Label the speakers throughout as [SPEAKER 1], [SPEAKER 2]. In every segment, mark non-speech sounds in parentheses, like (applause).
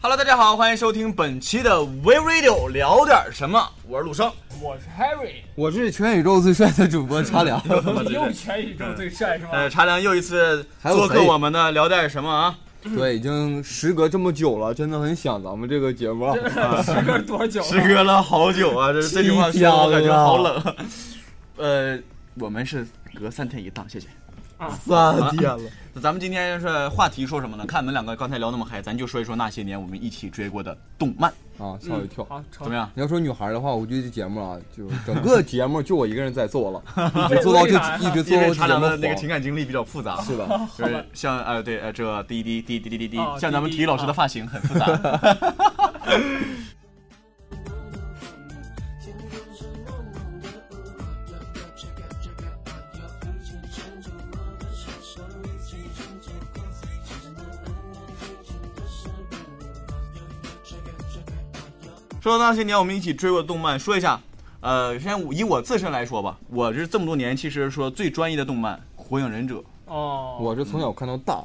[SPEAKER 1] Hello，大家好，欢迎收听本期的 We Radio 聊点什么，我是陆生。
[SPEAKER 2] 我是 Harry，
[SPEAKER 3] 我是全宇宙最帅的主播茶凉，
[SPEAKER 1] 啊
[SPEAKER 2] 你又全宇宙最帅是吗？
[SPEAKER 1] 呃，茶凉又一次
[SPEAKER 3] 还有
[SPEAKER 1] 做客
[SPEAKER 3] 谁
[SPEAKER 1] 我们的聊点什么啊？
[SPEAKER 3] (laughs) 对，已经时隔这么久了，真的很想咱们这个节目啊。
[SPEAKER 1] (laughs)
[SPEAKER 2] 时隔多久？
[SPEAKER 1] 时隔了好久啊，这这句话说我感觉好冷。啊呃，我们是隔三天一档，谢谢。
[SPEAKER 2] 啊
[SPEAKER 3] 三天
[SPEAKER 1] (laughs)
[SPEAKER 3] 了，
[SPEAKER 1] 那咱们今天是话题说什么呢？看你们两个刚才聊那么嗨，咱就说一说那些年我们一起追过的动漫，
[SPEAKER 3] 啊，吓我一跳。
[SPEAKER 2] 嗯好，成
[SPEAKER 1] 怎么？样？
[SPEAKER 3] 你要说女孩的话，我觉得这节目啊，就整个节目就我一个人在做
[SPEAKER 1] (laughs)
[SPEAKER 3] 了，一
[SPEAKER 2] 对
[SPEAKER 3] 直做到
[SPEAKER 2] 为啥
[SPEAKER 3] 这，
[SPEAKER 2] 呀
[SPEAKER 3] 一直
[SPEAKER 1] 因
[SPEAKER 3] 做
[SPEAKER 1] 为
[SPEAKER 3] 到
[SPEAKER 1] 茶凉的
[SPEAKER 3] 这
[SPEAKER 1] 那
[SPEAKER 3] 节
[SPEAKER 1] 个
[SPEAKER 3] 目
[SPEAKER 1] 情
[SPEAKER 3] 黄。
[SPEAKER 1] 感经历比较复杂，
[SPEAKER 3] 是的，
[SPEAKER 1] 就是像呃对呃这滴滴滴滴滴滴滴
[SPEAKER 2] 哦，
[SPEAKER 1] 像咱们
[SPEAKER 2] 滴滴
[SPEAKER 1] 体育老师的发型很复杂。说到那些年我们一起追过的动漫，说一下，呃，先以我自身来说吧，我是这么多年其实说最专一的动漫《火影忍者》。
[SPEAKER 2] 哦，
[SPEAKER 3] 我是从小看到大，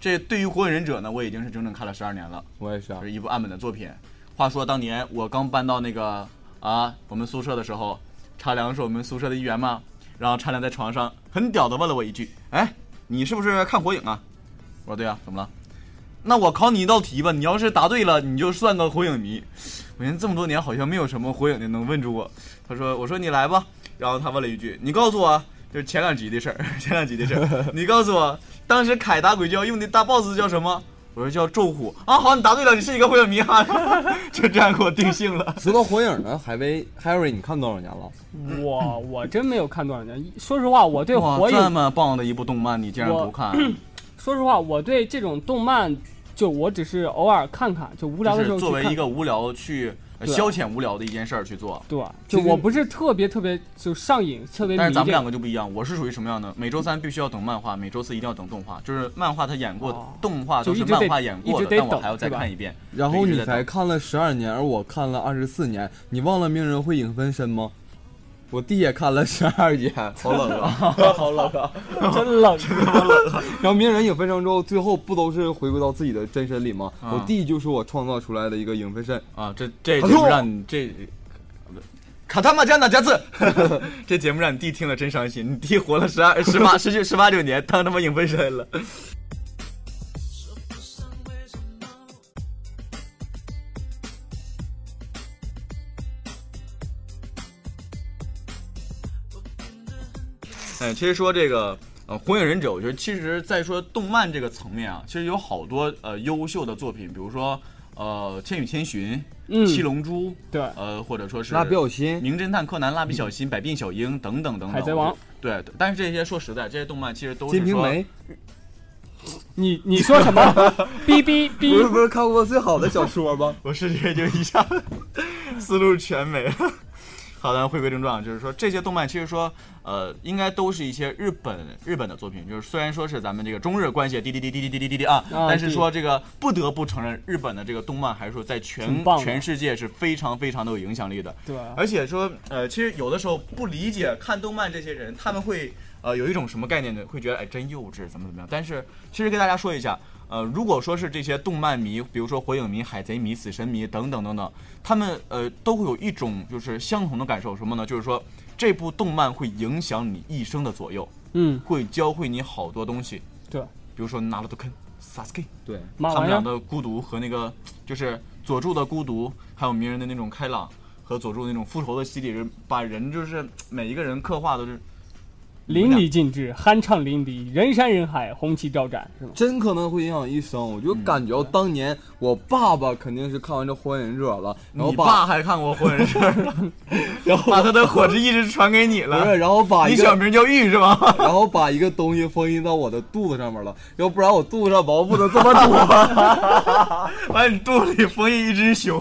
[SPEAKER 1] 这对于《火影忍者》呢，我已经是整整看了十二年了，
[SPEAKER 3] 我也是啊
[SPEAKER 1] 就。是一部岸本的作品。话说当年我刚搬到那个啊我们宿舍的时候，茶凉是我们宿舍的一员嘛，然后茶凉在床上很屌的问了我一句：“哎，你是不是看火影啊？”我说：“对啊，怎么了？”那我考你一道题吧，你要是答对了，你就算个火影迷。我寻思这么多年好像没有什么火影的能问住我。他说：“我说你来吧。”然后他问了一句：“你告诉我，就是前两集的事儿， (laughs) 前两集的事儿，你告诉我当时凯打鬼教用的大 boss 叫什么？”我说叫咒虎啊，好，你答对了，你是一个火影迷哈， (laughs) 就这样给我定性了。
[SPEAKER 3] 说到火影呢，海威 Harry，你看多少年了？
[SPEAKER 2] 我我真没有看多少年。说实话，我对
[SPEAKER 1] 哇
[SPEAKER 2] 火
[SPEAKER 1] 这
[SPEAKER 2] 影，
[SPEAKER 1] 么棒的一部动漫，你竟然
[SPEAKER 2] 我
[SPEAKER 1] 不看？
[SPEAKER 2] 说实话，我对这种动漫，就我只是偶尔看看，就无聊
[SPEAKER 1] 就
[SPEAKER 2] 的时
[SPEAKER 1] 是
[SPEAKER 2] 候
[SPEAKER 1] 作为
[SPEAKER 2] 去
[SPEAKER 1] 一
[SPEAKER 2] 看。
[SPEAKER 1] 个无聊去呃
[SPEAKER 2] 对啊
[SPEAKER 1] 消遣无聊的一件事儿去做。
[SPEAKER 2] 对，就
[SPEAKER 3] 其实
[SPEAKER 2] 我不是特别特别就上瘾，特别迷
[SPEAKER 1] 但是咱们
[SPEAKER 2] 这
[SPEAKER 1] 两
[SPEAKER 2] 个。
[SPEAKER 1] 个就不一样，我是属于什么样的？每周三必须要等漫画，每周四一定要等动画。就是漫画他演过，
[SPEAKER 2] 哦
[SPEAKER 1] 动画都
[SPEAKER 2] 就是一直得
[SPEAKER 1] 漫画演过
[SPEAKER 2] 一
[SPEAKER 1] 的
[SPEAKER 2] 直，得
[SPEAKER 1] 但我
[SPEAKER 2] 等
[SPEAKER 1] 还要再
[SPEAKER 2] 是吧
[SPEAKER 1] 看一遍。
[SPEAKER 3] 然后
[SPEAKER 1] (laughs)
[SPEAKER 3] 你才看了十二年，而我看了二十四年。你忘了鸣人会影分身吗？我弟也看了十二年，好冷啊，好冷啊！
[SPEAKER 2] 真冷，
[SPEAKER 1] (laughs)
[SPEAKER 3] 然后鸣人影分身之后，最后不都是回归到自己的真身里吗？
[SPEAKER 1] 啊
[SPEAKER 3] 我弟就是我创造出来的一个影分身。
[SPEAKER 1] 啊，这这节
[SPEAKER 3] 卡
[SPEAKER 1] 目
[SPEAKER 3] 特
[SPEAKER 1] 让你这。卡他妈加哪加字？ (laughs) 这节目让你弟听了真伤心，你弟活了十二、十八、十九、十八九年，当他妈影分身了。哎，其实说这个呃《火影忍者》，我觉得其实在说动漫这个层面啊，其实有好多呃优秀的作品，比如说呃《千与千寻》
[SPEAKER 2] 嗯
[SPEAKER 1] 七龙珠》
[SPEAKER 2] 对
[SPEAKER 1] 呃或者说是
[SPEAKER 3] 蜡笔小新，
[SPEAKER 1] 名侦探柯南、蜡笔小新、百变小樱等等等等。
[SPEAKER 2] 海贼王
[SPEAKER 1] 对，对但是这些说实在，这些动漫其实都是
[SPEAKER 3] 金瓶
[SPEAKER 1] 说
[SPEAKER 3] 梅，
[SPEAKER 2] 你你
[SPEAKER 1] (laughs)
[SPEAKER 2] 说什么？哔哔
[SPEAKER 3] 不是
[SPEAKER 2] 哔！
[SPEAKER 3] 不是看过最好的小
[SPEAKER 1] (laughs)
[SPEAKER 3] 说吗？
[SPEAKER 1] 我是觉得就一下思路全没了。好的，回归正传，就是说这些动漫其实说，呃，应该都是一些日本日本的作品，就是虽然说是咱们这个中日关系滴滴滴滴滴滴滴滴滴啊，
[SPEAKER 2] 啊
[SPEAKER 1] 但是说这个不得不承认，日本的这个动漫还是说在全
[SPEAKER 2] 挺棒的
[SPEAKER 1] 全世界是非常非常的有影响力的。
[SPEAKER 2] 对，
[SPEAKER 1] 而且说，呃，其实有的时候不理解看动漫这些人，他们会呃有一种什么概念呢？会觉得哎真幼稚，怎么怎么样？但是其实跟大家说一下，呃，如果说是这些动漫迷，比如说火影迷、海贼迷、死神迷等等等等，他们呃都会有一种就是相同的感受，什么呢？就是说这部动漫会影响你一生的左右，
[SPEAKER 2] 嗯，
[SPEAKER 1] 会教会你好多东西，
[SPEAKER 2] 对，
[SPEAKER 1] 比如说拿鲁多坑、Sasuke。
[SPEAKER 3] 对，
[SPEAKER 2] 嘛
[SPEAKER 1] 他
[SPEAKER 2] 玩
[SPEAKER 1] 们
[SPEAKER 2] 意
[SPEAKER 1] 俩
[SPEAKER 2] 儿？
[SPEAKER 1] 的孤独和那个就是佐助的孤独，还有鸣人的那种开朗和佐助那种复仇的犀利，人把人就是每一个人刻画的是
[SPEAKER 2] 淋漓尽致，酣畅淋漓，人山人海，红旗招展，是吗？
[SPEAKER 3] 真可能会影响一生。我就
[SPEAKER 1] 嗯
[SPEAKER 3] 感觉当年我爸爸肯定是看完这《火影忍者》了，然后
[SPEAKER 1] 你
[SPEAKER 3] 把
[SPEAKER 1] 爸还看过《火影忍者》， (laughs)
[SPEAKER 3] (laughs)
[SPEAKER 1] 然后把他的火之意志传给你
[SPEAKER 3] 不是，
[SPEAKER 1] 了。
[SPEAKER 3] 然后把
[SPEAKER 1] 你
[SPEAKER 3] 一
[SPEAKER 1] 小
[SPEAKER 3] 个
[SPEAKER 1] 名叫玉是吗？
[SPEAKER 3] 然后把一个东西封印到我的肚子上面了，要不然我肚子上毛不能这么
[SPEAKER 1] (laughs)
[SPEAKER 3] 多，
[SPEAKER 1] (laughs) 把你肚里封印一只熊。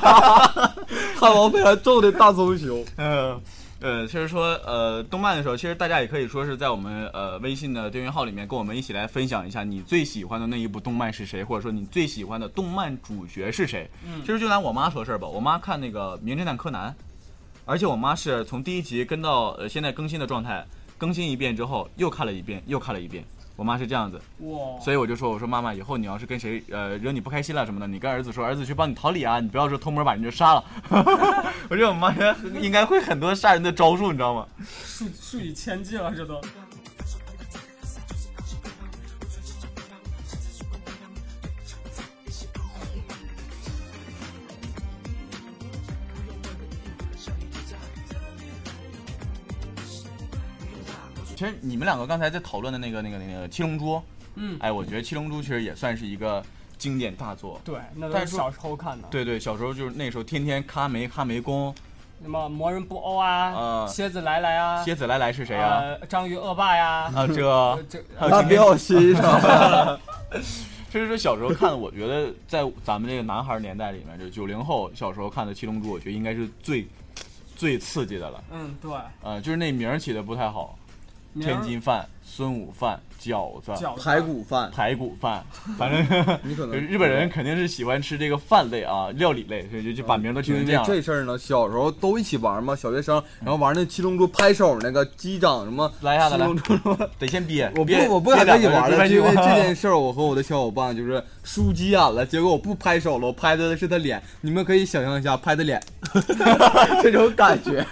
[SPEAKER 3] 汗毛非常重的大棕熊。
[SPEAKER 1] 呃，呃，其实说呃动漫的时候，其实大家也可以说是在我们呃微信的订阅号里面跟我们一起来分享一下你最喜欢的那一部动漫是谁，或者说你最喜欢的动漫主角是谁。嗯，其实就拿我妈说事儿吧，我妈看那个《名侦探柯南》，而且我妈是从第一集跟到呃现在更新的状态，更新一遍之后又看了一遍，又看了一遍。我妈是这样子，
[SPEAKER 2] 哇，
[SPEAKER 1] 所以我就说，我说妈妈，以后你要是跟谁呃惹你不开心了什么的，你跟儿子说，儿子去帮你逃离啊，你不要说偷摸把人家杀了。 (laughs) 我觉得我妈应该会很多杀人的招数，你知道吗？
[SPEAKER 2] 数数以千计了，这都。
[SPEAKER 1] 其实你们两个刚才在讨论的那个那个那个《七龙珠》，
[SPEAKER 2] 嗯，
[SPEAKER 1] 哎，我觉得《七龙珠》其实也算是一个经典大作。
[SPEAKER 2] 对，那都
[SPEAKER 1] 但
[SPEAKER 2] 是
[SPEAKER 1] 是
[SPEAKER 2] 小时候看的。，
[SPEAKER 1] 对对，小时候就是那时候天天咖梅咖梅宫，
[SPEAKER 2] 什么魔人布欧啊，
[SPEAKER 1] 呃
[SPEAKER 2] 蝎子来来啊，
[SPEAKER 1] 蝎子来来是谁呀？
[SPEAKER 2] (laughs) 呃，章鱼恶霸呀，
[SPEAKER 1] 啊，这
[SPEAKER 2] 呃这
[SPEAKER 1] 还有
[SPEAKER 3] 那
[SPEAKER 1] 今
[SPEAKER 3] 比
[SPEAKER 1] 天
[SPEAKER 3] 较
[SPEAKER 1] (laughs)
[SPEAKER 3] 欣赏。
[SPEAKER 1] 这是小时候看的，我觉得在咱们这个男孩儿年代里面，就是九零后小时候看的《七龙珠》，我觉得应该是最最刺激的了。
[SPEAKER 2] 嗯，对，
[SPEAKER 1] 呃，就是那名儿起的不太好，天津饭、孙武饭、饺子、
[SPEAKER 2] 饺子
[SPEAKER 3] 排骨饭，
[SPEAKER 1] 排骨饭，反正
[SPEAKER 3] (laughs) 你可能
[SPEAKER 1] 就是日本人肯定是喜欢吃这个饭类啊，料理类，所以就就把名儿都起
[SPEAKER 3] 就
[SPEAKER 1] 成
[SPEAKER 3] 因
[SPEAKER 1] 这
[SPEAKER 3] 为
[SPEAKER 1] 样了。
[SPEAKER 3] 嗯这事儿呢，小时候都一起玩嘛，小学生，然后玩那七龙珠拍手那个击掌什么，
[SPEAKER 1] 来呀
[SPEAKER 3] 七
[SPEAKER 1] 来
[SPEAKER 3] 龙珠什么。
[SPEAKER 1] 得先憋，
[SPEAKER 3] 我不
[SPEAKER 1] 憋
[SPEAKER 3] 我不敢
[SPEAKER 1] 憋
[SPEAKER 3] 跟你
[SPEAKER 1] 两
[SPEAKER 3] 玩
[SPEAKER 1] 个
[SPEAKER 3] 了，
[SPEAKER 1] 人
[SPEAKER 3] 就因为这
[SPEAKER 1] (laughs)
[SPEAKER 3] 件
[SPEAKER 1] 就
[SPEAKER 3] 事儿，我和我的小伙伴就是输急眼了，结果我不拍手了，我拍的是他脸，你们可以想象一下拍的
[SPEAKER 1] (laughs)
[SPEAKER 3] 脸，这种感 (laughs) 觉。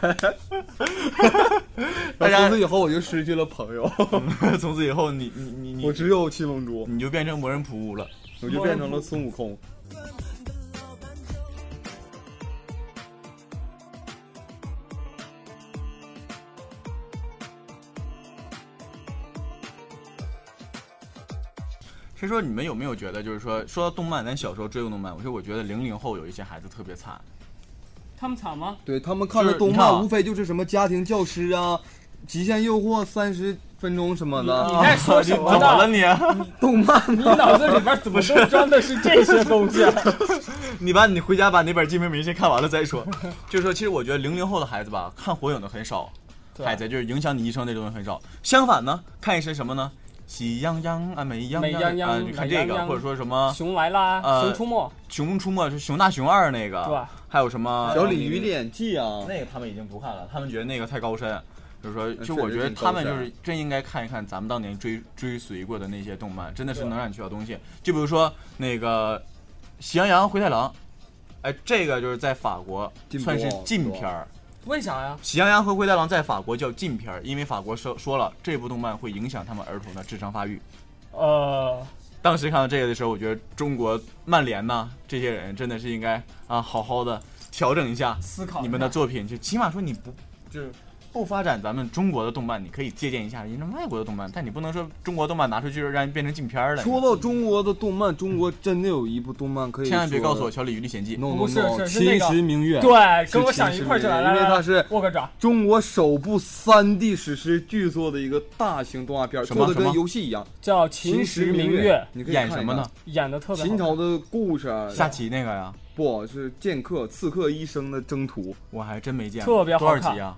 [SPEAKER 1] 大
[SPEAKER 3] 然
[SPEAKER 1] 家
[SPEAKER 3] 后从此以后我就失去了朋友，
[SPEAKER 1] (laughs) 从此以后你你你你
[SPEAKER 3] 我只有七龙珠，
[SPEAKER 1] 你就变成魔人普乌了。
[SPEAKER 3] 我就变成了孙悟空。
[SPEAKER 1] 所以说你们有没有觉得，就是说说到动漫，咱小时候追过动漫，我说我觉得零零后有一些孩子特别惨，
[SPEAKER 2] 他们惨吗？
[SPEAKER 3] 对他们看
[SPEAKER 1] 就
[SPEAKER 3] 的
[SPEAKER 1] 是
[SPEAKER 3] 动
[SPEAKER 1] 你看啊
[SPEAKER 3] 漫，无非就是什么家庭教师啊，极限诱惑三十分钟什么
[SPEAKER 2] 你
[SPEAKER 3] 的啊
[SPEAKER 2] 在说什
[SPEAKER 1] 啊怎
[SPEAKER 2] 么
[SPEAKER 1] 么了
[SPEAKER 2] 呢？
[SPEAKER 1] 你？ (laughs)
[SPEAKER 3] 动漫
[SPEAKER 1] 啊
[SPEAKER 2] 你脑子里边怎么都装的是这些东西啊？
[SPEAKER 1] 你把你回家把那本《金瓶梅》先看完了再说。就是说，其实我觉得零零后的孩子吧，看火影的很少，
[SPEAKER 2] 对
[SPEAKER 1] 海贼就是影响你一生那种东西很少。相反呢，看一些什么呢？喜羊羊啊，美羊
[SPEAKER 2] 美羊羊
[SPEAKER 1] 啊，你看
[SPEAKER 2] 美羊
[SPEAKER 1] 这个，
[SPEAKER 2] 羊
[SPEAKER 1] 或者说什么《
[SPEAKER 2] 熊来啦，
[SPEAKER 1] 呃
[SPEAKER 2] 熊出没，
[SPEAKER 1] 熊出没》是《熊大熊二》那
[SPEAKER 2] 对
[SPEAKER 1] 个，
[SPEAKER 2] 吧？
[SPEAKER 1] 还有什么
[SPEAKER 3] 小鲤鱼的演技啊，
[SPEAKER 1] 那个他们已经不看了，他们觉得那个太高深。就是说，
[SPEAKER 3] 嗯确
[SPEAKER 1] 就
[SPEAKER 3] 实
[SPEAKER 1] 我觉得
[SPEAKER 3] 挺
[SPEAKER 1] 他们
[SPEAKER 3] 高
[SPEAKER 1] 就
[SPEAKER 3] 深
[SPEAKER 1] 是真应该看一看咱们当年追追随过的那些动漫，真的是能让你学到东西。就比如说那个《喜羊羊灰太狼》，哎，这个就是在法国
[SPEAKER 3] 禁播
[SPEAKER 1] 算是禁片儿，
[SPEAKER 2] 为啥呀？
[SPEAKER 1] 《喜羊羊和灰太狼》在法国叫禁片儿，因为法国说说了这部动漫会影响他们儿童的智商发育。
[SPEAKER 2] 呃，
[SPEAKER 1] 当时看到这个的时候，我觉得中国曼联呐这些人真的是应该啊好好的调整一下，
[SPEAKER 2] 思考一下
[SPEAKER 1] 你们的作品，就起码说你不就是不发展咱们中国的动漫，你可以借鉴一下人家外国的动漫，但你不能说中国动漫拿出去让人变成禁片儿了。
[SPEAKER 3] 说到中国的动漫，中国真的有一部动漫可以
[SPEAKER 1] 千万别
[SPEAKER 3] 说
[SPEAKER 1] 告诉我《小鲤鱼历险记》
[SPEAKER 3] ，no
[SPEAKER 2] 不
[SPEAKER 3] no
[SPEAKER 2] 是
[SPEAKER 3] no，
[SPEAKER 2] 是是那
[SPEAKER 3] 秦
[SPEAKER 2] 个
[SPEAKER 3] 时明月，
[SPEAKER 2] 对，
[SPEAKER 3] 是
[SPEAKER 2] 跟我
[SPEAKER 3] 秦
[SPEAKER 2] 想一
[SPEAKER 3] 时
[SPEAKER 2] 块儿去
[SPEAKER 3] 明
[SPEAKER 2] 了，
[SPEAKER 3] 月
[SPEAKER 2] 来
[SPEAKER 3] 因为
[SPEAKER 2] 来
[SPEAKER 3] 它
[SPEAKER 2] 来，
[SPEAKER 3] 是
[SPEAKER 2] 握个爪。
[SPEAKER 3] 中国首部3 D 史诗巨作的一个大型动画片，
[SPEAKER 1] 什么
[SPEAKER 3] 做的
[SPEAKER 1] 什
[SPEAKER 3] 跟
[SPEAKER 1] 么
[SPEAKER 3] 游戏一样。
[SPEAKER 2] 叫《秦时明
[SPEAKER 3] 月》
[SPEAKER 2] 月
[SPEAKER 3] 你可以看
[SPEAKER 1] 演
[SPEAKER 3] 一看
[SPEAKER 1] 什么呢？？
[SPEAKER 2] 演的特别好
[SPEAKER 3] 秦朝的故事啊，
[SPEAKER 1] 下棋那个呀，
[SPEAKER 3] 不是剑客、刺客一生的征途。
[SPEAKER 1] 我还真没见
[SPEAKER 2] 特
[SPEAKER 1] 过，
[SPEAKER 2] 别好
[SPEAKER 1] 多
[SPEAKER 2] 看
[SPEAKER 1] 少集啊？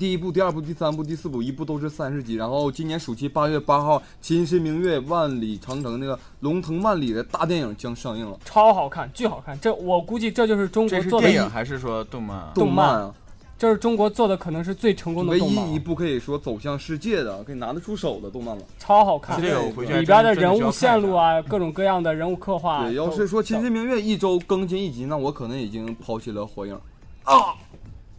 [SPEAKER 3] 第一部、第二部、第三部、第四部，一部都是三十集。然后今年暑期八月八号，《秦时明月万里长城》那个龙腾万里的大电影将上映了。
[SPEAKER 2] 超好看，巨好看。这我估计这就是中国
[SPEAKER 1] 这是
[SPEAKER 2] 做的
[SPEAKER 1] 电
[SPEAKER 2] 一，
[SPEAKER 1] 影还是说动漫啊？
[SPEAKER 2] 动漫
[SPEAKER 3] 啊，
[SPEAKER 2] 这是中国做的可能是最成功的
[SPEAKER 3] 唯
[SPEAKER 2] 动漫
[SPEAKER 3] 一一
[SPEAKER 2] 了，
[SPEAKER 3] 部可以说走向世界的、可以拿得出手的动漫了。
[SPEAKER 2] 超好看。
[SPEAKER 1] 这个我回去还
[SPEAKER 2] 里边的
[SPEAKER 1] 真真
[SPEAKER 2] 人
[SPEAKER 1] 需要
[SPEAKER 2] 物线路
[SPEAKER 1] 看一下，
[SPEAKER 2] 啊，各种各样的人物刻画。
[SPEAKER 1] 啊
[SPEAKER 3] 对，要
[SPEAKER 2] 都
[SPEAKER 3] 是说《秦时明月》一周更新一集，那我可能已经抛弃了火影。
[SPEAKER 2] 啊，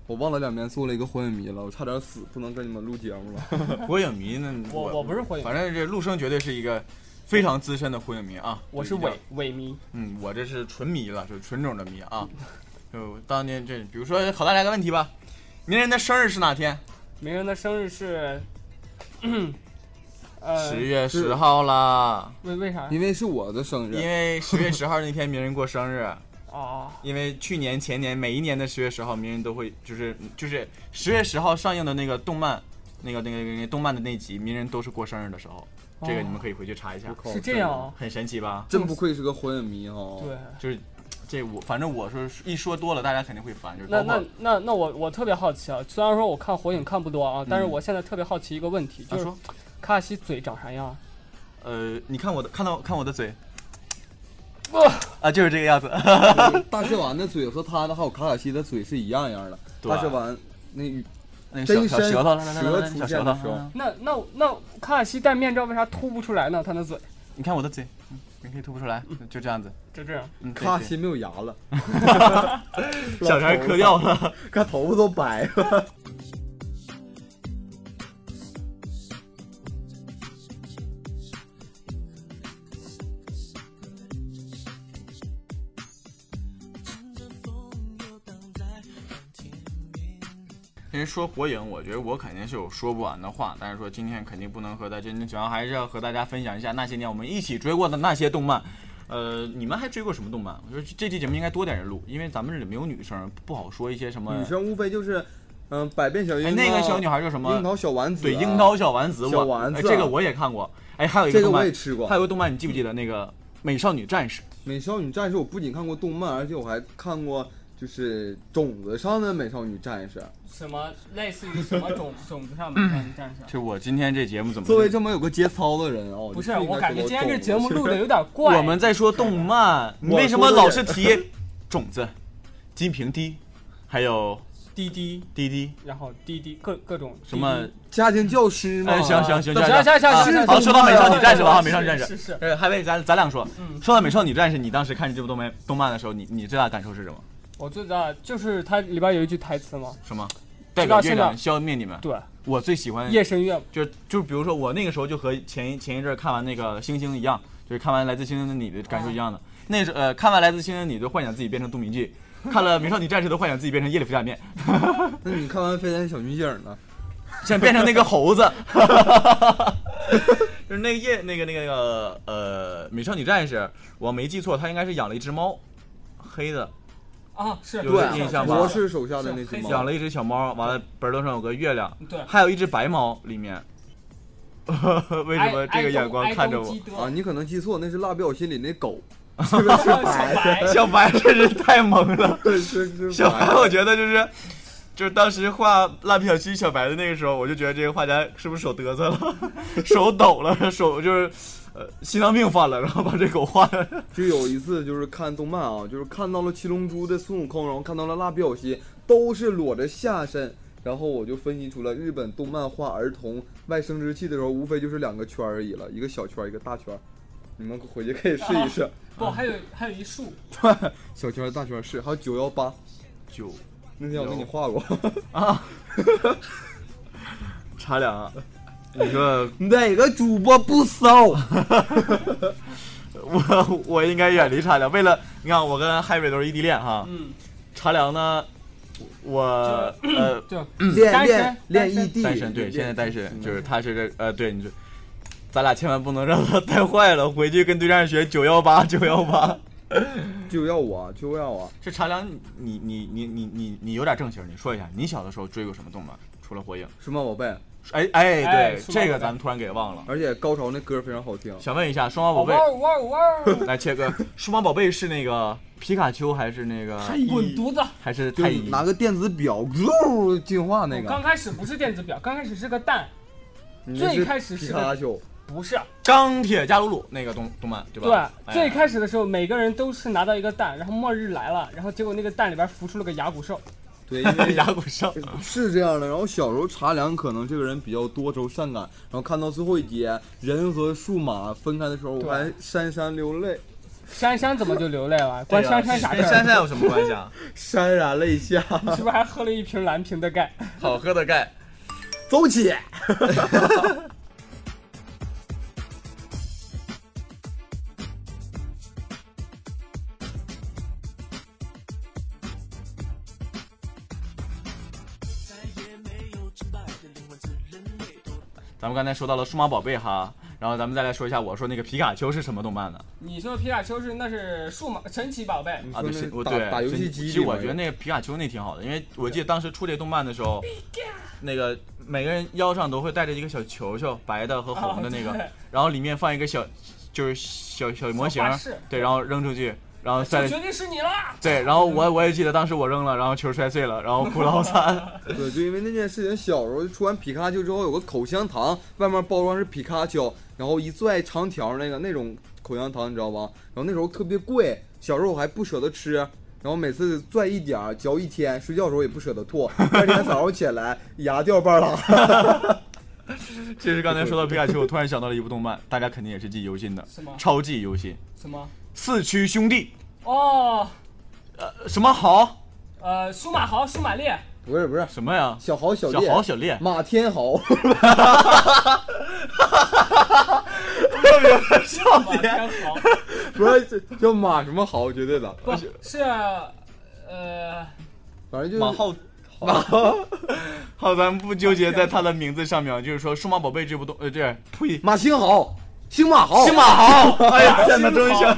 [SPEAKER 3] 我忘了两边做了一个火影迷了，我差点死，不能跟你们录节目
[SPEAKER 1] (laughs)
[SPEAKER 3] 了。
[SPEAKER 1] 火影迷呢？
[SPEAKER 2] 我我不是火影迷
[SPEAKER 1] 反正这陆生绝对是一个非常资深的火影迷啊。
[SPEAKER 2] 我是
[SPEAKER 1] 就定
[SPEAKER 2] 伪
[SPEAKER 1] 要
[SPEAKER 2] 伪迷，
[SPEAKER 1] 嗯，我这是纯迷了，是纯种的迷啊。就当年这，比如说考大家个问题吧，名人的生日是哪天？
[SPEAKER 2] 鸣人的生日是， (clears throat) 呃，
[SPEAKER 1] 十月十号啦，
[SPEAKER 2] 为为啥呀？
[SPEAKER 3] 因为是我的生
[SPEAKER 1] 因
[SPEAKER 3] 日，
[SPEAKER 1] 为十月十号那天名人过生日，
[SPEAKER 2] 哦，
[SPEAKER 1] 因为去年、前年每一年的十月十号，名人都会就是就是十月十号上映的那个动漫，那个那个那个动漫的那集，名人都是过生日的时候，这个你们可以回去查一下
[SPEAKER 3] 我，靠
[SPEAKER 2] 是这样，啊。
[SPEAKER 1] 很神奇吧？
[SPEAKER 3] 真不愧是个火影迷哈、
[SPEAKER 2] 对，，
[SPEAKER 1] 就是这我反正我是一说多了，大家肯定会烦，就是
[SPEAKER 2] 那
[SPEAKER 1] 包
[SPEAKER 2] 那
[SPEAKER 1] 括啊
[SPEAKER 2] 那那我我特别好奇啊，虽然说我看火影看不多啊，但是
[SPEAKER 3] 嗯
[SPEAKER 2] 我现在特别好奇一个问题，
[SPEAKER 1] 他
[SPEAKER 2] 就是
[SPEAKER 1] 说
[SPEAKER 2] 卡卡西嘴长啥样啊？
[SPEAKER 1] 呃，你看我的看到看我的嘴
[SPEAKER 2] 哇。
[SPEAKER 1] 啊，就是这个样子。 (laughs)
[SPEAKER 3] 大蛇丸的嘴和他的还有卡卡西的嘴是一样样的。
[SPEAKER 1] 对
[SPEAKER 3] 大蛇丸那
[SPEAKER 1] 那个小
[SPEAKER 3] 真
[SPEAKER 1] 小
[SPEAKER 3] 身
[SPEAKER 1] 舌头，来来来
[SPEAKER 3] 蛇
[SPEAKER 1] 来来
[SPEAKER 3] 出
[SPEAKER 1] 小
[SPEAKER 3] 现
[SPEAKER 1] 舌
[SPEAKER 3] 的
[SPEAKER 1] 头 (laughs)
[SPEAKER 3] 时候，
[SPEAKER 1] 来来来
[SPEAKER 2] 那那那卡卡西戴面罩为啥凸不出来呢？他的嘴
[SPEAKER 1] 你看我的嘴，嗯你可以吐不出 (laughs) 来，就这样子。
[SPEAKER 2] 就这样，
[SPEAKER 1] 嗯，对
[SPEAKER 3] 咔，
[SPEAKER 1] 对
[SPEAKER 3] 心没有牙了， (laughs)
[SPEAKER 1] 小孩嗑掉了。 (laughs)
[SPEAKER 3] 看头发都白了。
[SPEAKER 1] 因为说火影，我觉得我肯定是有说不完的话，但是说今天肯定不能和大家，主要还是要和大家分享一下那些年我们一起追过的那些动漫。呃，你们还追过什么动漫？我觉得这期节目应该多点人录，因为咱们这里没有女生，不好说一些什么。
[SPEAKER 3] 女生无非就是，嗯，百变小樱
[SPEAKER 1] 哎，
[SPEAKER 3] 啊，
[SPEAKER 1] 那个小女孩叫什
[SPEAKER 3] 樱
[SPEAKER 1] 么？
[SPEAKER 3] 桃小丸子啊，
[SPEAKER 1] 对，樱桃小丸子，我
[SPEAKER 3] 小丸子啊
[SPEAKER 1] 哎这个我也看过。哎，还有一
[SPEAKER 3] 这
[SPEAKER 1] 个
[SPEAKER 3] 个
[SPEAKER 1] 动
[SPEAKER 3] 我
[SPEAKER 1] 漫，
[SPEAKER 3] 也吃过
[SPEAKER 1] 还。有个动漫，你记不记得那个《美少女战士》？
[SPEAKER 3] 美少女战士，我不仅看过动漫，而且我还看过就是种子上的美少女战士。
[SPEAKER 1] 嗯
[SPEAKER 2] 什么类似于什么种种子上面的战士。
[SPEAKER 1] 就我今天这节目怎么？
[SPEAKER 3] 作为这么有个节操的人啊，
[SPEAKER 2] 不是，
[SPEAKER 3] 就应该
[SPEAKER 2] 我感觉
[SPEAKER 3] 说
[SPEAKER 2] 今
[SPEAKER 3] 到
[SPEAKER 2] 天这
[SPEAKER 3] 种
[SPEAKER 2] 节目
[SPEAKER 3] 子
[SPEAKER 2] 录的有点怪。
[SPEAKER 1] 我们在说动漫，你
[SPEAKER 3] 我
[SPEAKER 1] 为什么
[SPEAKER 3] 说的
[SPEAKER 1] 老
[SPEAKER 3] 也
[SPEAKER 1] 是提 (laughs) 种子、金平低，还有
[SPEAKER 2] 滴滴，
[SPEAKER 1] 滴滴？
[SPEAKER 2] 然后滴滴各各种
[SPEAKER 1] 什么？
[SPEAKER 3] (laughs) 家庭教师嘛。
[SPEAKER 1] 哎，行行行，
[SPEAKER 2] 行
[SPEAKER 1] 这样
[SPEAKER 2] 行
[SPEAKER 1] 这样
[SPEAKER 2] 行行
[SPEAKER 1] 好，
[SPEAKER 3] 行
[SPEAKER 1] 说到美少女战士了啊，
[SPEAKER 2] 是
[SPEAKER 1] 美少女战士
[SPEAKER 2] 是是
[SPEAKER 1] 呃，还为咱咱俩说，
[SPEAKER 2] 嗯
[SPEAKER 1] 说到美少女战士，你当时看这部动漫动漫的时候，你你最大的感受是什么？
[SPEAKER 2] 我最大就是它里边有一句台词嘛，
[SPEAKER 1] 什么？代表月
[SPEAKER 2] 现在
[SPEAKER 1] 亮消灭你们。
[SPEAKER 2] 对，
[SPEAKER 1] 我最喜欢
[SPEAKER 2] 夜深月
[SPEAKER 1] 就就比如说我那个时候就和前一前一阵儿看完那个星星一样，就是看完《来自星星的你》的感受一
[SPEAKER 2] 哦
[SPEAKER 1] 样的。那时候呃，看完《来自星星的你》就幻想自己变成杜明记，看了《美少女战士》都幻想自己变成夜里夫假面，
[SPEAKER 3] 那你看完《飞天小女警》呢？
[SPEAKER 1] 想变成那个猴子。 (laughs) 就是那个夜那个那个那个呃，美少女战士，我没记错，她应该是养了一只猫，黑的，
[SPEAKER 2] 啊，是
[SPEAKER 1] 有点印象吧
[SPEAKER 3] 博士手下的那只
[SPEAKER 2] 是
[SPEAKER 3] 猫，
[SPEAKER 1] 养了一只小猫，完了本儿头上有个月亮，
[SPEAKER 2] 对，
[SPEAKER 1] 还有一只白猫里面。 (laughs) 为什么这个眼光看着我？
[SPEAKER 3] 啊，
[SPEAKER 2] 我？
[SPEAKER 3] 你可能记错，那是蜡笔小新里那狗，是不是白
[SPEAKER 1] (laughs) (laughs)
[SPEAKER 2] 白
[SPEAKER 1] 小白真是太萌了。
[SPEAKER 3] 的？ (laughs) 是是
[SPEAKER 1] 小白，
[SPEAKER 3] 白。
[SPEAKER 1] 我觉得就是，就是当时画蜡笔小新小白的那个时候，我就觉得这个画家是不是手嘚瑟了， (laughs) 手抖了，手就是，呃，心脏病犯了，然后把这狗画的。
[SPEAKER 3] 就有一次就是看动漫啊，就是看到了七龙珠的孙悟空，然后看到了蜡笔小新，都是裸着下身。然后我就分析出来，日本动漫画儿童外生殖器的时候，无非就是两个圈儿而已了，一个小圈儿，一个大圈儿。你们回去可以试一试，
[SPEAKER 2] (laughs) 不，还有还有一束，
[SPEAKER 3] 小圈儿、大圈儿是，还有九幺八，
[SPEAKER 1] 九
[SPEAKER 3] 那天我给你画过。
[SPEAKER 1] 啊，茶凉啊，你说
[SPEAKER 3] 哪个主播不骚？
[SPEAKER 1] 我我应该远离茶凉，为了你看我跟 Harry 都是异地恋哈，
[SPEAKER 2] 嗯，
[SPEAKER 1] 茶凉呢，我呃
[SPEAKER 2] 就
[SPEAKER 3] (laughs) 练
[SPEAKER 2] 单身单
[SPEAKER 3] 练练
[SPEAKER 2] 身
[SPEAKER 3] 异地，
[SPEAKER 1] 单身，对，
[SPEAKER 3] 练
[SPEAKER 1] 现在单身，
[SPEAKER 3] 嗯
[SPEAKER 1] 就是他是这呃，对，你说，咱俩千万不能让他带坏了，回去跟对象学九幺八九幺八。
[SPEAKER 3] 就要我，就要我。
[SPEAKER 1] 这茶凉，你你你你你你有点正形，你说一下，你小的时候追过什么动漫？除了火影，
[SPEAKER 3] 数码宝贝，
[SPEAKER 1] 哎哎，
[SPEAKER 2] 哎
[SPEAKER 1] 对，
[SPEAKER 2] 数码宝
[SPEAKER 1] 这
[SPEAKER 2] 贝
[SPEAKER 1] 个咱们突然给忘了。
[SPEAKER 3] 而且高潮那歌非常好听。
[SPEAKER 1] 想问一下，数码宝
[SPEAKER 2] 哇
[SPEAKER 1] 贝，
[SPEAKER 2] 哦哇哦哇
[SPEAKER 3] (laughs)
[SPEAKER 2] 哦，
[SPEAKER 1] (laughs) 来切哥，数码宝贝是那个皮卡丘还是那个
[SPEAKER 2] 滚犊子！
[SPEAKER 1] 还是
[SPEAKER 3] 就
[SPEAKER 1] 太
[SPEAKER 3] 是
[SPEAKER 1] 乙？
[SPEAKER 3] 拿个电子表，呜进化那
[SPEAKER 2] 我刚
[SPEAKER 3] 个。
[SPEAKER 2] 开始不是电子表，刚开始是个蛋，
[SPEAKER 3] 你那是
[SPEAKER 2] 最开始是
[SPEAKER 3] 皮卡丘，
[SPEAKER 2] 不是，
[SPEAKER 1] 钢铁加鲁鲁那个动动漫对
[SPEAKER 2] 对
[SPEAKER 1] 吧？，哎
[SPEAKER 2] 最开始的时候每个人都是拿到一个蛋，然后末日来了，然后结果那个蛋里边孵出了个牙骨兽，
[SPEAKER 3] 对，因为
[SPEAKER 1] (laughs) 牙骨兽，
[SPEAKER 3] (laughs) 是这样的。然后小时候茶凉可能这个人比较多愁善感，然后看到最后一节人和数码分开的时候，我
[SPEAKER 2] 对
[SPEAKER 3] 还潸潸流泪， (laughs)
[SPEAKER 2] 珊珊怎么就流泪了？关珊珊啥事
[SPEAKER 1] 跟珊
[SPEAKER 2] 儿？
[SPEAKER 1] 珊有什么关系啊？
[SPEAKER 3] 潸然泪
[SPEAKER 1] (laughs)
[SPEAKER 3] 下。
[SPEAKER 2] 你是不是还喝了一瓶蓝瓶的钙？
[SPEAKER 1] 好喝的钙。
[SPEAKER 3] 走起！
[SPEAKER 1] 咱们刚才说到了数码宝贝哈，然后咱们再来说一下，我说那个皮卡丘是什么动漫呢？
[SPEAKER 2] 你说皮卡丘是那是数码神奇宝贝，
[SPEAKER 3] 你
[SPEAKER 1] 啊，对，
[SPEAKER 3] 说那
[SPEAKER 1] 是我
[SPEAKER 3] 打
[SPEAKER 1] 对
[SPEAKER 3] 打游
[SPEAKER 1] 是
[SPEAKER 3] 戏机
[SPEAKER 1] 其实
[SPEAKER 3] 里
[SPEAKER 1] 我
[SPEAKER 3] 面
[SPEAKER 1] 觉得那个皮卡丘那挺好的，因为我记得当时出这动漫的时候，那个每个人腰上都会带着一个小球球，白的和红的那个，
[SPEAKER 2] 啊对
[SPEAKER 1] 然后里面放一个小就是小小模型
[SPEAKER 2] 小巴士，
[SPEAKER 1] 对，然后扔出去，然后
[SPEAKER 2] 就
[SPEAKER 1] 再
[SPEAKER 2] 绝对是你啦！
[SPEAKER 1] 对，然后我我也记得当时我扔了，然后球摔碎了，然后哭了好惨。
[SPEAKER 3] (laughs) 对，就因为那件事情，小时候出完皮卡丘之后，有个口香糖，外面包装是皮卡丘，然后一拽长条那个那种口香糖，你知道吧？然后那时候特别贵，小时候我还不舍得吃，然后每次拽一点儿嚼一天，睡觉的时候也不舍得吐，第二天早上起来牙掉半拉。
[SPEAKER 1] 其实刚才说到皮卡丘，我突然想到了一部动漫，大家肯定也是记忆犹新的，
[SPEAKER 2] 什么
[SPEAKER 1] 超记忆犹新，《
[SPEAKER 2] 什么？
[SPEAKER 1] 四驱兄弟
[SPEAKER 2] 哦，》
[SPEAKER 1] 呃，什么豪
[SPEAKER 2] 呃，舒马豪、舒马烈，
[SPEAKER 3] (laughs) 不是不是，
[SPEAKER 1] 什么呀？
[SPEAKER 3] 小豪小
[SPEAKER 1] 小
[SPEAKER 3] 烈，嗯
[SPEAKER 1] 豪小烈，
[SPEAKER 3] 马天豪，
[SPEAKER 1] 特别的笑
[SPEAKER 2] 马天
[SPEAKER 1] (laughs)
[SPEAKER 2] 豪，
[SPEAKER 3] 不是叫马什么豪，绝对的，
[SPEAKER 2] 不是，呃，
[SPEAKER 3] 反正就是
[SPEAKER 1] 马浩。马浩，好，咱们不纠结在他的名字上面，啊就是说《数码宝贝》这部动，呃，这呸，
[SPEAKER 3] 马星豪，星马豪，
[SPEAKER 1] 新马豪，哎呀，天哪，
[SPEAKER 2] 新
[SPEAKER 1] 终于
[SPEAKER 2] 豪
[SPEAKER 1] 想，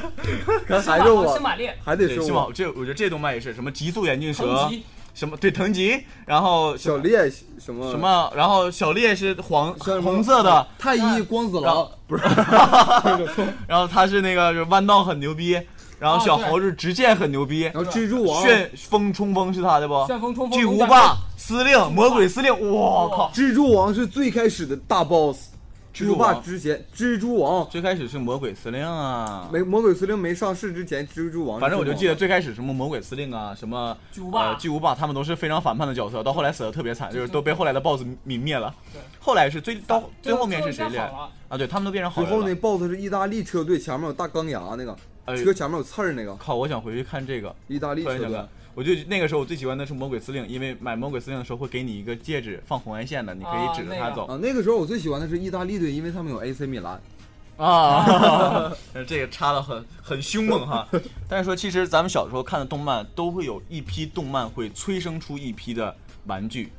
[SPEAKER 3] 看
[SPEAKER 1] 哎
[SPEAKER 2] 舒马
[SPEAKER 3] 还是
[SPEAKER 2] 豪、舒
[SPEAKER 3] 我，
[SPEAKER 2] 马烈，
[SPEAKER 3] 还得
[SPEAKER 1] 对，
[SPEAKER 3] 是
[SPEAKER 1] 新马
[SPEAKER 3] 我
[SPEAKER 1] 豪，这我觉得这动漫也是什么极速眼镜蛇
[SPEAKER 2] 藤，吉，
[SPEAKER 1] 什么对藤吉，然后
[SPEAKER 3] 小烈什么
[SPEAKER 1] 什么，然后小烈是黄
[SPEAKER 3] 像什么
[SPEAKER 1] 红色的，
[SPEAKER 3] 太一光子
[SPEAKER 1] 然
[SPEAKER 3] 郎
[SPEAKER 1] 后，
[SPEAKER 3] 不是
[SPEAKER 1] 然后他是那个就是弯道很牛逼，然后
[SPEAKER 2] 啊
[SPEAKER 1] 小
[SPEAKER 2] 对
[SPEAKER 1] 豪是直剑很牛逼，
[SPEAKER 3] (laughs) 然后蜘蛛王，
[SPEAKER 1] 旋风冲锋是他的不？
[SPEAKER 2] 旋风冲锋，
[SPEAKER 1] 巨无
[SPEAKER 2] 龙
[SPEAKER 1] 霸
[SPEAKER 2] 战
[SPEAKER 1] 司令魔鬼司令，我
[SPEAKER 2] 哇
[SPEAKER 1] 靠！
[SPEAKER 3] 蜘蛛王是最开始的大 boss，
[SPEAKER 1] 蜘
[SPEAKER 3] 蜘
[SPEAKER 1] 蛛
[SPEAKER 3] 蛛
[SPEAKER 1] 王
[SPEAKER 3] 霸之前，蜘蛛王
[SPEAKER 1] 最开始是魔鬼司令啊，
[SPEAKER 3] 没魔鬼司令没上市之前，蜘蛛王是
[SPEAKER 1] 反正我就记得最
[SPEAKER 3] 最
[SPEAKER 1] 开始什么魔鬼司令啊，什么
[SPEAKER 2] 巨无霸
[SPEAKER 1] 呃巨无霸，他们都是非常反叛的角色，到后来死的特别惨，就是都被后来的 BOSS 泯灭了
[SPEAKER 2] 对。
[SPEAKER 1] 后来是最到最后面是谁
[SPEAKER 2] 最后
[SPEAKER 1] 练
[SPEAKER 2] 变好了
[SPEAKER 1] 啊？对他们都变成好
[SPEAKER 3] 最
[SPEAKER 1] 人
[SPEAKER 3] 后
[SPEAKER 1] 了
[SPEAKER 3] 那。boss 是意大利车队，前面有大钢牙那个，
[SPEAKER 1] 哎
[SPEAKER 3] 车前面有刺儿那个，
[SPEAKER 1] 靠！我想回去看这个，
[SPEAKER 3] 意大利
[SPEAKER 1] 突然
[SPEAKER 3] 车
[SPEAKER 1] 想
[SPEAKER 3] 队
[SPEAKER 1] 看。。我就那个时候我最喜欢的是魔鬼司令，因为买魔鬼司令的时候会给你一个戒指，放红外线的，你可以指着它走
[SPEAKER 3] 啊，那个时候我最喜欢的是意大利队，因为他们有 AC 米兰。
[SPEAKER 1] (laughs) 啊，这个插的很很凶猛哈。但是说，其实咱们小时候看的动漫，都会有一批动漫会催生出一批的玩具，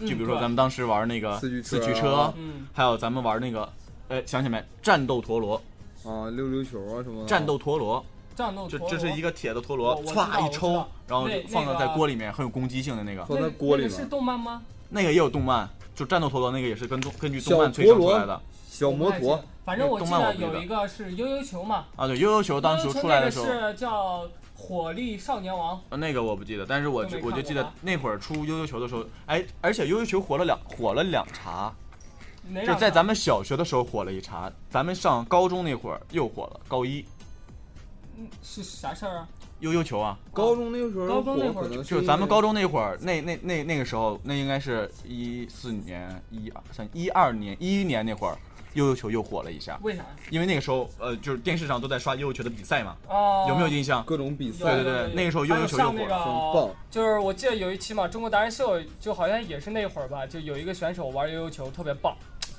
[SPEAKER 1] 就比如说
[SPEAKER 2] 嗯对
[SPEAKER 1] 咱们当时玩那个
[SPEAKER 3] 四驱车
[SPEAKER 1] 四驱
[SPEAKER 3] 啊
[SPEAKER 1] 车，
[SPEAKER 2] 嗯，
[SPEAKER 1] 还有咱们玩那个，呃，想起没？战斗陀螺，
[SPEAKER 3] 啊，溜溜球啊什么的。
[SPEAKER 1] 战斗陀螺，
[SPEAKER 2] 战斗
[SPEAKER 1] 这
[SPEAKER 2] 哦陀螺，
[SPEAKER 1] 这是一个铁的陀
[SPEAKER 2] 我
[SPEAKER 1] 螺，
[SPEAKER 2] 我知道
[SPEAKER 1] 歘一
[SPEAKER 2] 我知
[SPEAKER 1] 抽
[SPEAKER 2] 道，
[SPEAKER 1] 然后
[SPEAKER 2] 那
[SPEAKER 1] 放到
[SPEAKER 2] 那
[SPEAKER 1] 在
[SPEAKER 2] 个
[SPEAKER 1] 锅里面，很有攻击性的那个，
[SPEAKER 3] 放在
[SPEAKER 2] 那
[SPEAKER 3] 锅里
[SPEAKER 2] 那
[SPEAKER 3] 面
[SPEAKER 2] 个是动漫吗？
[SPEAKER 1] 那个也有动漫，就战斗陀螺那个也是跟动根据动
[SPEAKER 3] 小
[SPEAKER 1] 漫催
[SPEAKER 3] 陀
[SPEAKER 1] 生出来的
[SPEAKER 3] 螺。，小
[SPEAKER 2] 我不
[SPEAKER 3] 摩
[SPEAKER 2] 太
[SPEAKER 3] 托
[SPEAKER 2] 记得，反正我记
[SPEAKER 1] 动漫我不
[SPEAKER 2] 得
[SPEAKER 1] 知道
[SPEAKER 2] 有一个是悠悠球嘛，
[SPEAKER 1] 啊，对，悠悠球当时
[SPEAKER 2] 悠悠球
[SPEAKER 1] 出来的时候，
[SPEAKER 2] 那个是叫火力少年王，
[SPEAKER 1] 呃那个我不记得，但是我
[SPEAKER 2] 都
[SPEAKER 1] 就
[SPEAKER 2] 没
[SPEAKER 1] 我就
[SPEAKER 2] 看
[SPEAKER 1] 记
[SPEAKER 2] 过
[SPEAKER 1] 得
[SPEAKER 2] 吧
[SPEAKER 1] 那会儿出悠悠球的时候，哎，而且悠悠球火了两火了两茬，
[SPEAKER 2] 哪
[SPEAKER 1] 就
[SPEAKER 2] 两
[SPEAKER 1] 在
[SPEAKER 2] 个？
[SPEAKER 1] 咱们小学的时候火了一茬，咱们上高中那会儿又火了，高一
[SPEAKER 2] 嗯是啥事儿啊？
[SPEAKER 1] 悠悠球啊，
[SPEAKER 3] 高中那个时候
[SPEAKER 2] 高中那会儿
[SPEAKER 3] 火可能
[SPEAKER 1] 就是
[SPEAKER 3] 因
[SPEAKER 1] 咱们
[SPEAKER 3] 为
[SPEAKER 1] 高中那会儿，那那那那个时候，那应该是一四年、一二三、一二年、一一年那会儿，悠悠球又火了一下，
[SPEAKER 2] 为啥？
[SPEAKER 1] 因为那个时候呃，就是电视上都在刷悠悠球的比赛嘛，
[SPEAKER 2] 哦，
[SPEAKER 1] 有没有印象？
[SPEAKER 3] 各种比赛
[SPEAKER 1] 对对对那个时候悠
[SPEAKER 2] 还
[SPEAKER 1] 悠
[SPEAKER 2] 有
[SPEAKER 1] 球又
[SPEAKER 2] 上
[SPEAKER 1] 火
[SPEAKER 2] 那
[SPEAKER 1] 了
[SPEAKER 3] 很
[SPEAKER 2] 个
[SPEAKER 3] 棒，
[SPEAKER 2] 就是我记得有一期嘛，《中国达人秀》就好像也是那会儿吧，就有一个选手玩悠悠球特别棒，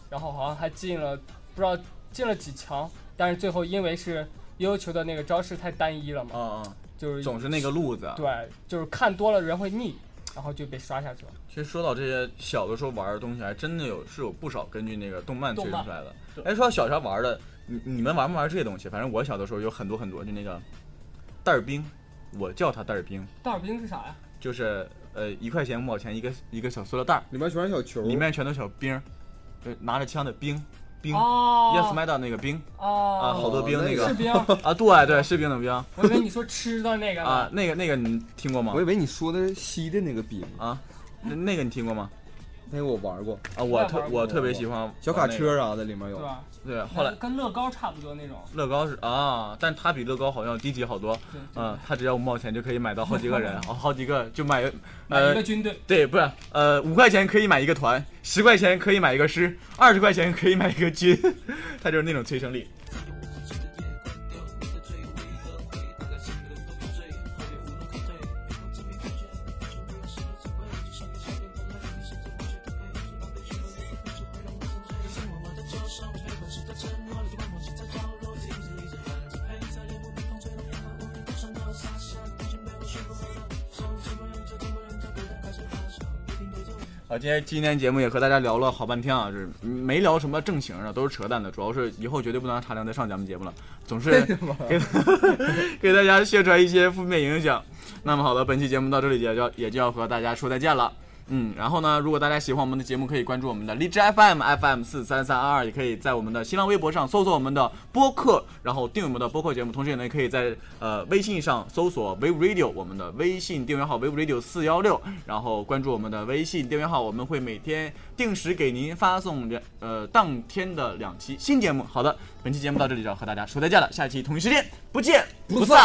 [SPEAKER 2] 然后好像还进了不知道进了几强，但是最后因为是悠悠球的那个招式太单一了嘛，
[SPEAKER 1] 嗯嗯，
[SPEAKER 2] 就是
[SPEAKER 1] 总是那个路子。啊
[SPEAKER 2] 对，就是看多了人会腻，然后就被刷下去了。
[SPEAKER 1] 其实说到这些小的时候玩的东西，还真的有是有不少根据那个动漫催生出来的。
[SPEAKER 2] 动漫
[SPEAKER 1] 哎，说到小时候玩的，你你们玩不玩这些东西？反正我小的时候有很多很多，就那个袋儿冰，我叫它袋儿冰，
[SPEAKER 2] 大耳冰是啥呀？
[SPEAKER 1] 就是呃一块钱五毛钱一个一个小塑料袋儿，
[SPEAKER 3] 里面全是小球，
[SPEAKER 1] 里面全都是小冰儿，呃拿着枪的冰冰、
[SPEAKER 2] 哦
[SPEAKER 1] y e s m a d a 那个冰啊，
[SPEAKER 2] 哦，
[SPEAKER 1] 好多冰
[SPEAKER 3] 那
[SPEAKER 1] 那
[SPEAKER 3] 个
[SPEAKER 1] 个
[SPEAKER 2] 士
[SPEAKER 1] (laughs)
[SPEAKER 2] 兵，
[SPEAKER 1] 啊，对对，士兵的冰
[SPEAKER 2] 我以为你说吃的那个呢。
[SPEAKER 1] 啊，那个那个你听过吗
[SPEAKER 3] 我以？为你说的是吸的那个饼，
[SPEAKER 1] 啊，那那个你听过吗？
[SPEAKER 3] 那个我玩过，
[SPEAKER 1] 啊，我
[SPEAKER 2] 我也
[SPEAKER 1] 特
[SPEAKER 2] 玩过
[SPEAKER 1] 我特别喜欢
[SPEAKER 3] 小
[SPEAKER 1] 哦
[SPEAKER 3] 卡
[SPEAKER 1] 玩那个，
[SPEAKER 3] 车啥的里面
[SPEAKER 2] 对
[SPEAKER 3] 有。
[SPEAKER 2] 吧？
[SPEAKER 1] 对，啊后来。
[SPEAKER 2] 跟乐高差不多那种。
[SPEAKER 1] 乐高是啊，但它比乐高好像低级好多。
[SPEAKER 2] 对，对
[SPEAKER 1] 嗯，它只要五毛钱就可以买到好几个
[SPEAKER 2] (laughs)
[SPEAKER 1] 人，好好几个就买，
[SPEAKER 2] 买一个
[SPEAKER 1] 呃，
[SPEAKER 2] 军队，
[SPEAKER 1] 对，不是，呃，五块钱可以买一个团，十块钱可以买一个师，二十块钱可以买一个军， (laughs) 它就是那种催生力。啊，今天今天节目也和大家聊了好半天啊，就是没聊什么正形的，都是扯淡的，主要是以后绝对不能让茶凉再上咱们节目了，总是给 (laughs) 给大家宣传一些负面影响。那么好了，本期节目到这里也就要也就要和大家说再见了。嗯，然后呢，如果大家喜欢我们的节目，可以关注我们的荔枝 FM FM 四三三二二，也可以在我们的新浪微博上搜索我们的播客，然后订阅我们的播客节目。同时呢，也可以在呃微信上搜索 Wave Radio，我们的微信订阅号 Wave Radio 四幺六，然后关注我们的微信订阅号，我们会每天定时给您发送两呃当天的两期新节目。好的，本期节目到这里就要和大家说再见了，下期同一时间不见不散